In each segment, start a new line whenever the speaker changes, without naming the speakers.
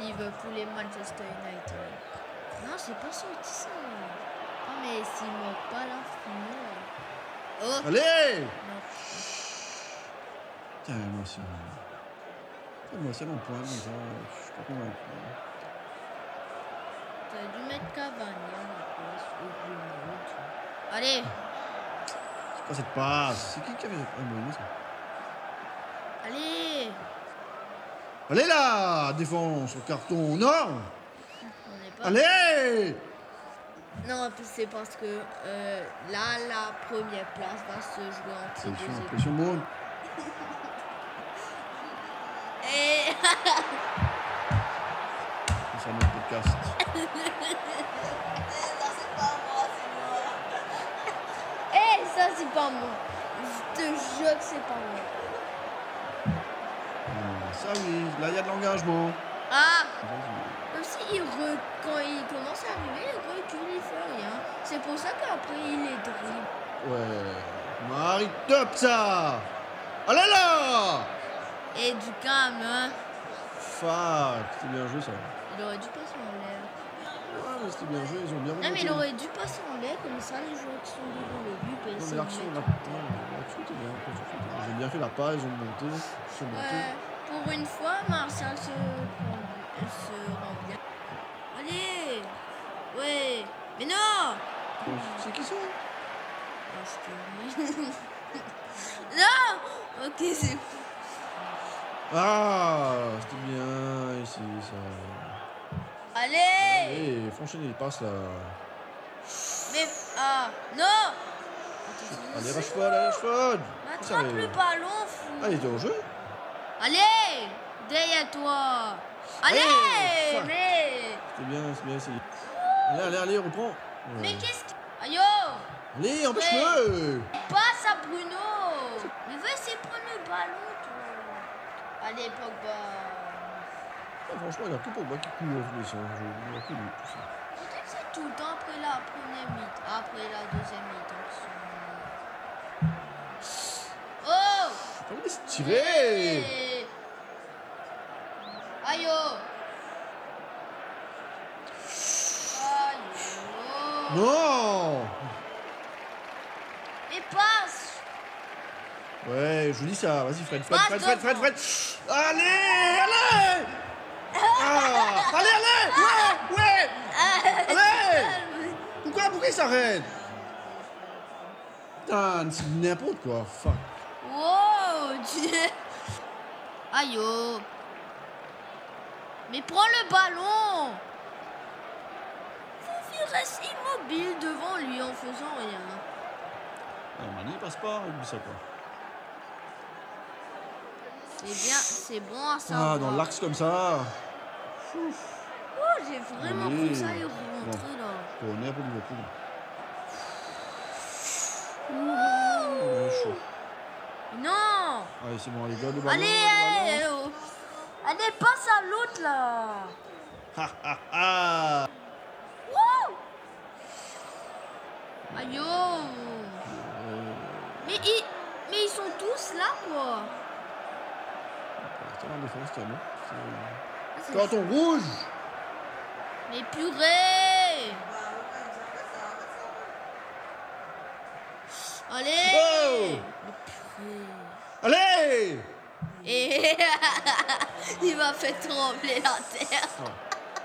Liverpool et Manchester United. Non, c'est pas sorti ça. Non, mais s'ils meurent pas là, finir. Oh
Allez
non.
Putain, l'émotion. L'émotion, on pourrait, mais ça, je suis pas convaincu. hein.
T'as dû mettre Cavani à la place ou Bruno, tu vois. Allez,
C'est quoi cette passe C'est qui qui avait cette passe Mourinho, ça
allez
Allez là Défense au carton Non
On n'est pas.
Allez
Non, puis c'est parce que euh, là, la première place va se jouer entre les
Pression,
deux équipes.
pression, bon.
Et
On s'en met le podcast.
ça, c'est pas moi, c'est moi. Eh, ça, c'est pas moi. Je te jure que c'est pas moi.
Ah, Ça oui, là il y a de l'engagement.
Ah Même si il re- quand il commence à arriver, il recule, il fait rien. C'est pour ça qu'après, il est dribble.
Ouais. Marie top ça Allez là
Et du calme, hein.
Fuck, c'était bien joué ça.
Il aurait dû passer en l'air.
Ouais, mais c'était bien joué, ils ont bien
Non, mais
remonté.
il aurait dû passer en l'air, comme ça, les joueurs qui sont devant le but, ben, ils
Non, mais
se
l'action,
mettent-
là, putain, l'action était bien. l'action était bien. Ils ont bien fait la paille, ils ont monté. Ils sont montés.
Ouais, pour une fois, Martial se, prend- se rend bien. Allez Ouais Mais non
Euh, C'est qui ça
Parce que- Non Ok, c'est
Ah, c'était bien ici ça. Eh,
Allez
Allez, franchis les passes là.
Mais... Ah Non
Allez, Rashford, allez, Rashford Ça
M'attrape
va.
le ballon, fou
Ah, il était en jeu
Allez Derrière toi Allez
Hey, fuck.
Mais...
C'est bien, c'est bien essayé. Allez, allez, allez, reprends. Ouais.
Mais qu'est-ce que... Aïe
Allez, empêche-le
Passe à Bruno Mais va essayer de prendre le ballon, toi Allez, Pogba
Ah, Franchement, il n'y a que pour moi qui court en plus. hein. Je- Il n'y a que lui, tout ça.
Peut-être que c'est tout le temps après la première mi-temps, après la deuxième mi-temps. qui sont- Oh
Faut pas le laisser tirer
Hey Aïe oh Aïe oh
Non
Et passe
Ouais, je vous dis ça. Vas-y, Fred, Fred,
Passe
Fred, Fred, Fred,
devant.
Fred. Allez, allez Ah, Allez, allez Ouais, ouais Allez Pourquoi, pourquoi il s'arrête Putain, c'est n'importe quoi. Fuck.
Wow Dieu Aïe oh Mais prends le ballon Fofi reste immobile devant lui en faisant rien.
Ah, Mani, il passe pas. Oublie ça, quoi.
C'est Eh bien, c'est bon à savoir.
Ah, dans l'axe comme ça.
Oh, j'ai vraiment
Oui.
cru que ça allait rentrer là.
Pour honneur, pour Liverpool.
Ouh.
Ouais, chaud.
Non
Allez, c'est bon, les gars, le ballon.
Allez,
le ballon.
allez oh. Allez, passe à l'autre là
Ah, ah, ah.
Wouh Aïe oh. mais, ils, mais ils sont tous là quoi
C'était Ah, la défense, quand même. C'est-
Ah, c'est-
Carton rouge
Mais purée Allez
Oh. Allez
Et il m'a fait trembler la terre.
Ah.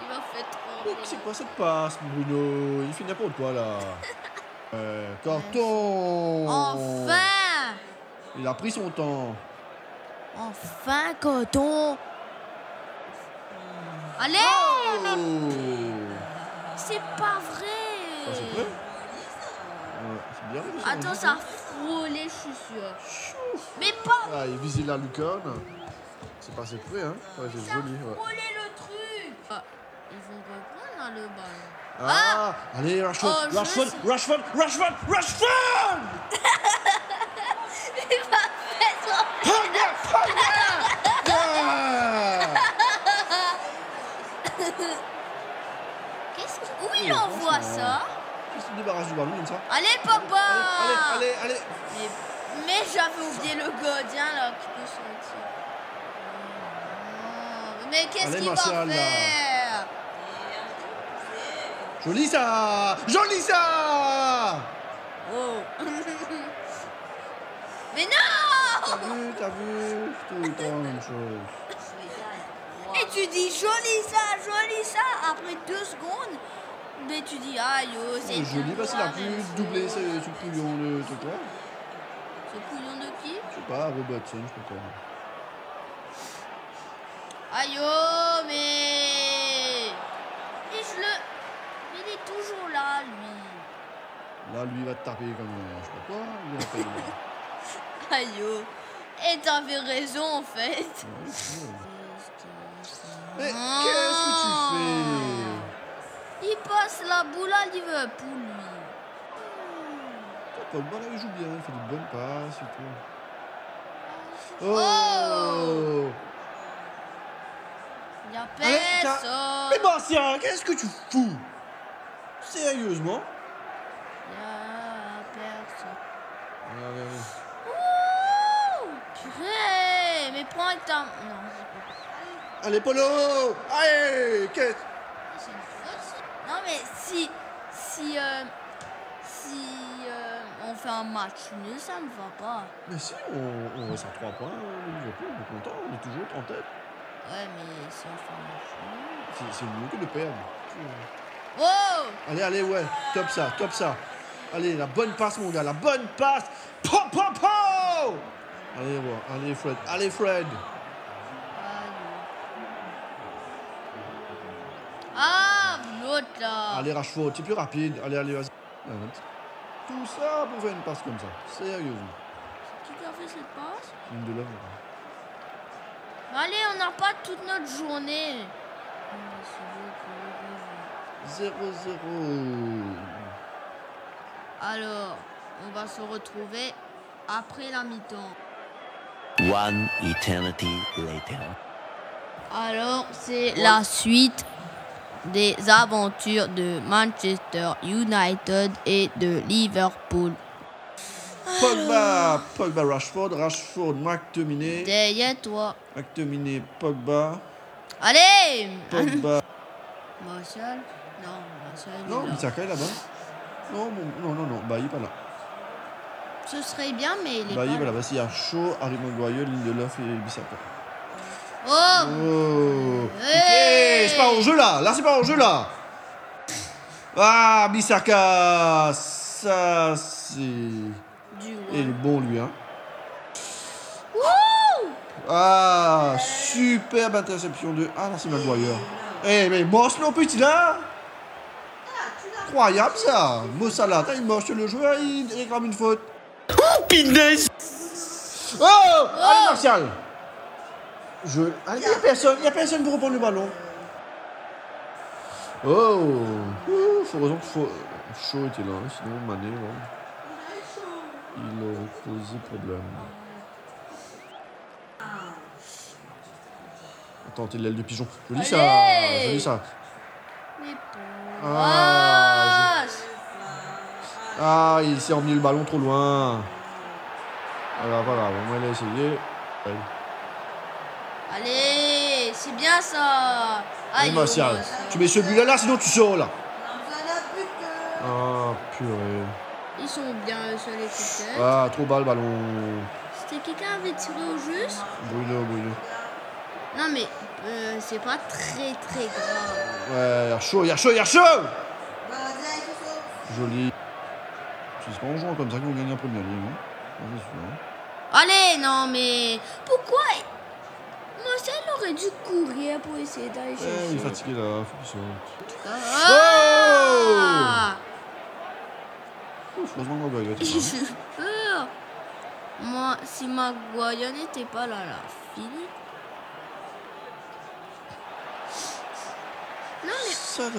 Il m'a fait
Mais
trembler.
c'est quoi cette passe, Bruno Il fait n'importe quoi, là. Euh,
Oh.
carton
Enfin
Il a pris son temps.
Enfin, coton Allez
Oh.
mais
Ouais,
C'est pas vrai
Oh, Ah, c'est prêt C'est bien réussi, on
Attends,
dit.
ça a frôlé, je suis sûr. Mais pas
Ah, il visait la lucarne. C'est passé près, hein Ouais, c'est
Ça a
joli, ouais.
frôlé le truc Ah, Ils vont reprendre là, le ballon.
Ah Allez, Rashford
Oh, je
Rashford,
sais.
Rashford Rashford Rashford
Il m'a fait trembler
Pogba Pogba Ah
Qu'est-ce que... Où il
Oh,
envoie
franchement.
ça
Qu'est-ce qu'il se débarrasse du ballon comme ça
Allez, papa
Allez,
Ah.
allez, allez, allez.
Mais, mais j'avais oublié le gardien là qui peut sortir. Oh, Mais qu'est-ce
Allez,
qu'il va
Martial, là.
faire
Joli ça Joli ça
Oh Mais non
T'as vu, t'as vu Tout le temps la même chose.
Et tu dis joli ça, joli ça Après deux secondes, mais tu dis aïe, oh, c'est
C'est joli
bien
parce qu'il
toi,
a pu
même
doubler
chose.
ce, ce couillon de truc là.
Ce couillon de qui
Je sais pas, Robertson, je sais pas quoi.
Aïe, oh, mais... Et je le... mais Il est toujours là, lui.
Là, lui, il va te taper comme euh, je sais pas quoi. Il va faire- Ouais,
Aïe, oh. Et t'avais raison, en fait.
c'est vrai. Mais qu'est-ce que tu
Ah.
fais
Il passe la boule à Liverpool, lui.
Pogba là il joue bien, il fait de bonnes passes et tout. Oh,
Oh Il y a
Allez, t'as- Mais
personne.
Bastien, Eh ben, qu'est-ce que tu fous Sérieusement
Il y a personne.
Allez, allez, allez.
Ouh, purée, mais prends ta... Non, c'est
Allez, Polo Allez Qu'est-ce
pas- c'est une faute. Non, mais si... Si... euh, si euh, on fait un match nul, ça me va pas.
Mais si, on, on reste à 3 points, on est Liverpool, on est content, on est toujours en tête.
Ouais, mais si on fait un match nul...
C'est, c'est mieux que de perdre.
Oh
Allez, allez, ouais, top ça, top ça. Allez, la bonne passe, mon gars, la bonne passe Po, po, po Allez, ouais, allez, Fred, allez, Fred
Ah, l'autre là
Allez Rashford, t'es plus rapide. Allez, allez, vas-y. Arrête. Tout ça pour faire une passe comme ça. Sérieusement.
Qui a fait cette passe
Une de l'œuvre.
Allez, on n'a pas toute notre journée
0-0.
Alors, on va se retrouver après la mi-temps.
One eternity later.
Alors, c'est la suite des aventures de Manchester United et de Liverpool.
Pogba, Pogba, Rashford, Rashford, McTominay.
Derrière toi.
McTominay, Pogba,
Allez
Pogba.
Martial Non, Martial il est
non,
là.
Bissaka est là-bas. Non, mon- non, non, non, bah il est pas là.
Ce serait bien, mais il est
Bah il est
pas
pas
là.
là. Vas-y, il y a Shaw, Harry Maguire, Lindelof et Bissaka.
Oh
Oh
Hey
Ok, c'est pas en jeu là Là, c'est pas en jeu là Ah, Bissaka Ça, c'est...
Du
Il est
roi.
bon, lui, hein
Wouh
Ah, superbe interception de... Ah, là, c'est Maguire. Eh, mais moche, non, petit, là Incroyable, ça Mossala, il moche le joueur, il réclame une faute. Oh, Allez, Martial Je... Allez, il n'y a personne, il y a personne pour reprendre le ballon. Oh Ouh, Faut heureusement que Fo- Shaw était là, hein, sinon Mané, là... Il aurait posé problème. Attends, t'es l'aile de pigeon. Joli ça
Allez
Joli ça
Mais
Ah,
pas.
Ah, il s'est emmené le ballon trop loin. Alors voilà, au moins il a essayé. Ouais.
Allez, c'est bien ça.
Allez,
Aïe,
Martial,
Jonas.
tu mets ce but là, sinon tu sors là. Ah, purée.
Ils sont bien sur les coups
Ah, trop bas le ballon.
C'était quelqu'un avait tiré au juste
Bruno, Bruno.
Non mais euh, c'est pas très très grave.
Ouais, il a chaud, il a chaud, il a chaud Joli. C'est pas en jouant comme ça qu'on gagne la première ligue. hein. Ah, c'est sûr, hein.
Allez, non mais pourquoi Martial aurait dû courir pour essayer d'aller chercher.
Eh, il est fatigué là, faut qu'il sorte.
Ah
Ouf, Heureusement qu'on va y
J'ai peur. Moi, si Maguire n'était pas là, là, fini. Non, mais
Ça là.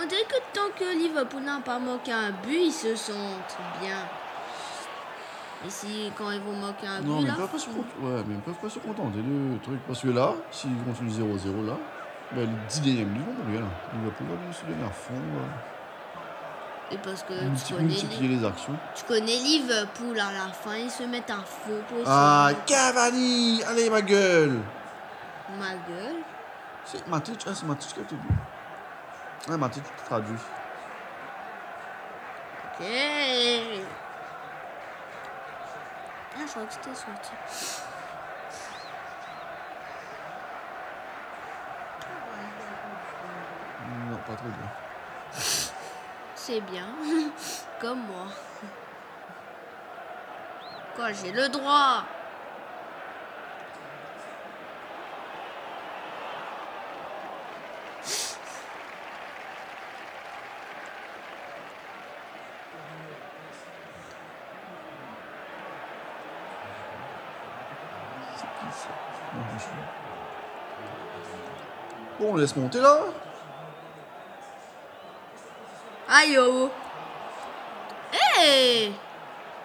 on dirait que tant que Liverpool n'a pas manqué un but, ils se sentent bien. Et si, quand ils vont manquer un
Non,
but,
mais
Ah là,
ils peuvent pas se contenter. Ouais, mais ils peuvent pas se contenter de trucs. Parce que là, s'ils continuent 0-0 là, ben, les 10 dernières minutes vont rien. Il va pouvoir se donner à fond, là.
et parce que
Multi-
tu connais,
multiplier
Li-
les actions.
tu connais hein, Liverpool à la fin, ils se mettent à faux pour essayer
Ah,
de-
Cavani Allez, ma gueule
Ma gueule.
C'est Matic, ah, c'est Matic qui a fait le but. Ouais, Matic qui traduit.
Ok. Ah, je crois que c'était sorti.
Non, pas trop bien.
C'est bien. Comme moi. Quand j'ai le droit.
C'est qui ça Non, je suis- Bon, on laisse monter là.
Aïe oh Hey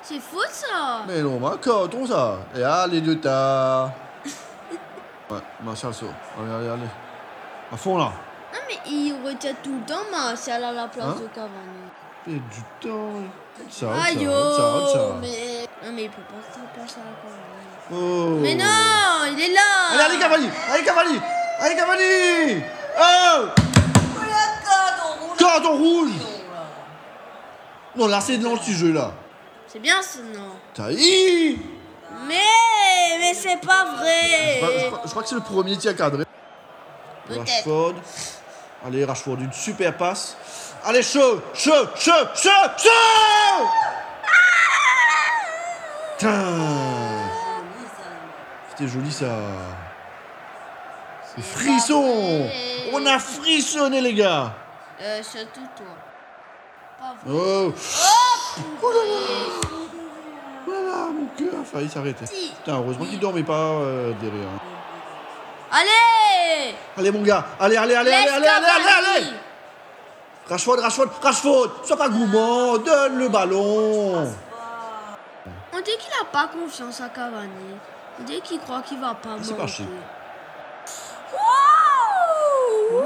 C'est fou ça
Mais non, ma carton ça. Et allez, de ta. Ouais, Martial sort. Allez, allez, allez. À fond là.
Non mais il retient tout le temps Martial à la place
Hein
de Cavani.
Et du temps. Ça,
Aïe
ça, ça,
oh
ça.
Mais... Non mais il peut pas faire passer à Cavani.
Oh.
Mais non Il est là
Allez, allez, Cavani Allez, Cavani Allez, Cavani Oh Carton rouge Non, là, c'est dans le sujet, là.
C'est bien ce nom.
T'as- Hi
Mais Mais c'est pas
Je crois- Bah, je
vrai
crois- je crois que c'est le premier tir cadré.
Peut-être.
Rashford. Allez, Rashford, une super passe. Allez, chaud, chaud, chaud, chaud, chaud Putain C'était joli, ça.
C'est
Frisson
pas vrai.
On a frissonné, les gars
Euh, surtout toi. Pas vrai.
Oh
Oh
Voilà, mon cœur a failli s'arrêter.
Si.
Putain, heureusement qu'il dormait pas euh, derrière. hein.
Allez
Allez, mon gars Allez, allez, allez, allez,
Laisse
allez, allez, allez,
Cavani.
allez Rashford, Rashford, Rashford Sois pas gourmand, donne le ballon
On dit qu'il a pas confiance à Cavani. On dit qu'il croit qu'il va pas
Ah, C'est pas
marquer.
chic.
Wouh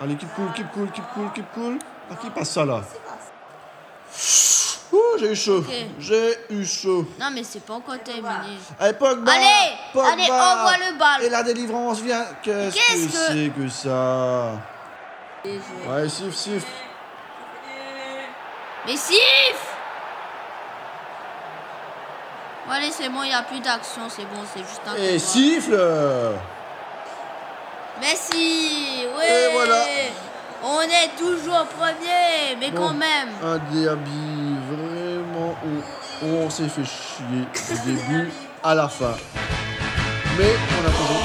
Allez, keep cool, keep cool, keep cool, keep cool. À qui passe ça, là Ouh, j'ai eu chaud
Ok.
J'ai eu chaud
Non mais c'est pas encore terminé.
Allez, Pogba
Allez,
Pogba.
allez, envoie le ballon.
Et la délivrance vient Qu'est-ce
Qu'est-ce
que
que-
c'est que ça Ouais, siffle, siffle
Mais si Bon, Allez c'est bon, il n'y a plus d'action, c'est bon, c'est juste un
Et
combat.
siffle
Messi Oui
Et voilà.
On est toujours premier, mais
Bon,
quand même
Un derby vraiment où on s'est fait chier du début à la fin. Mais on a toujours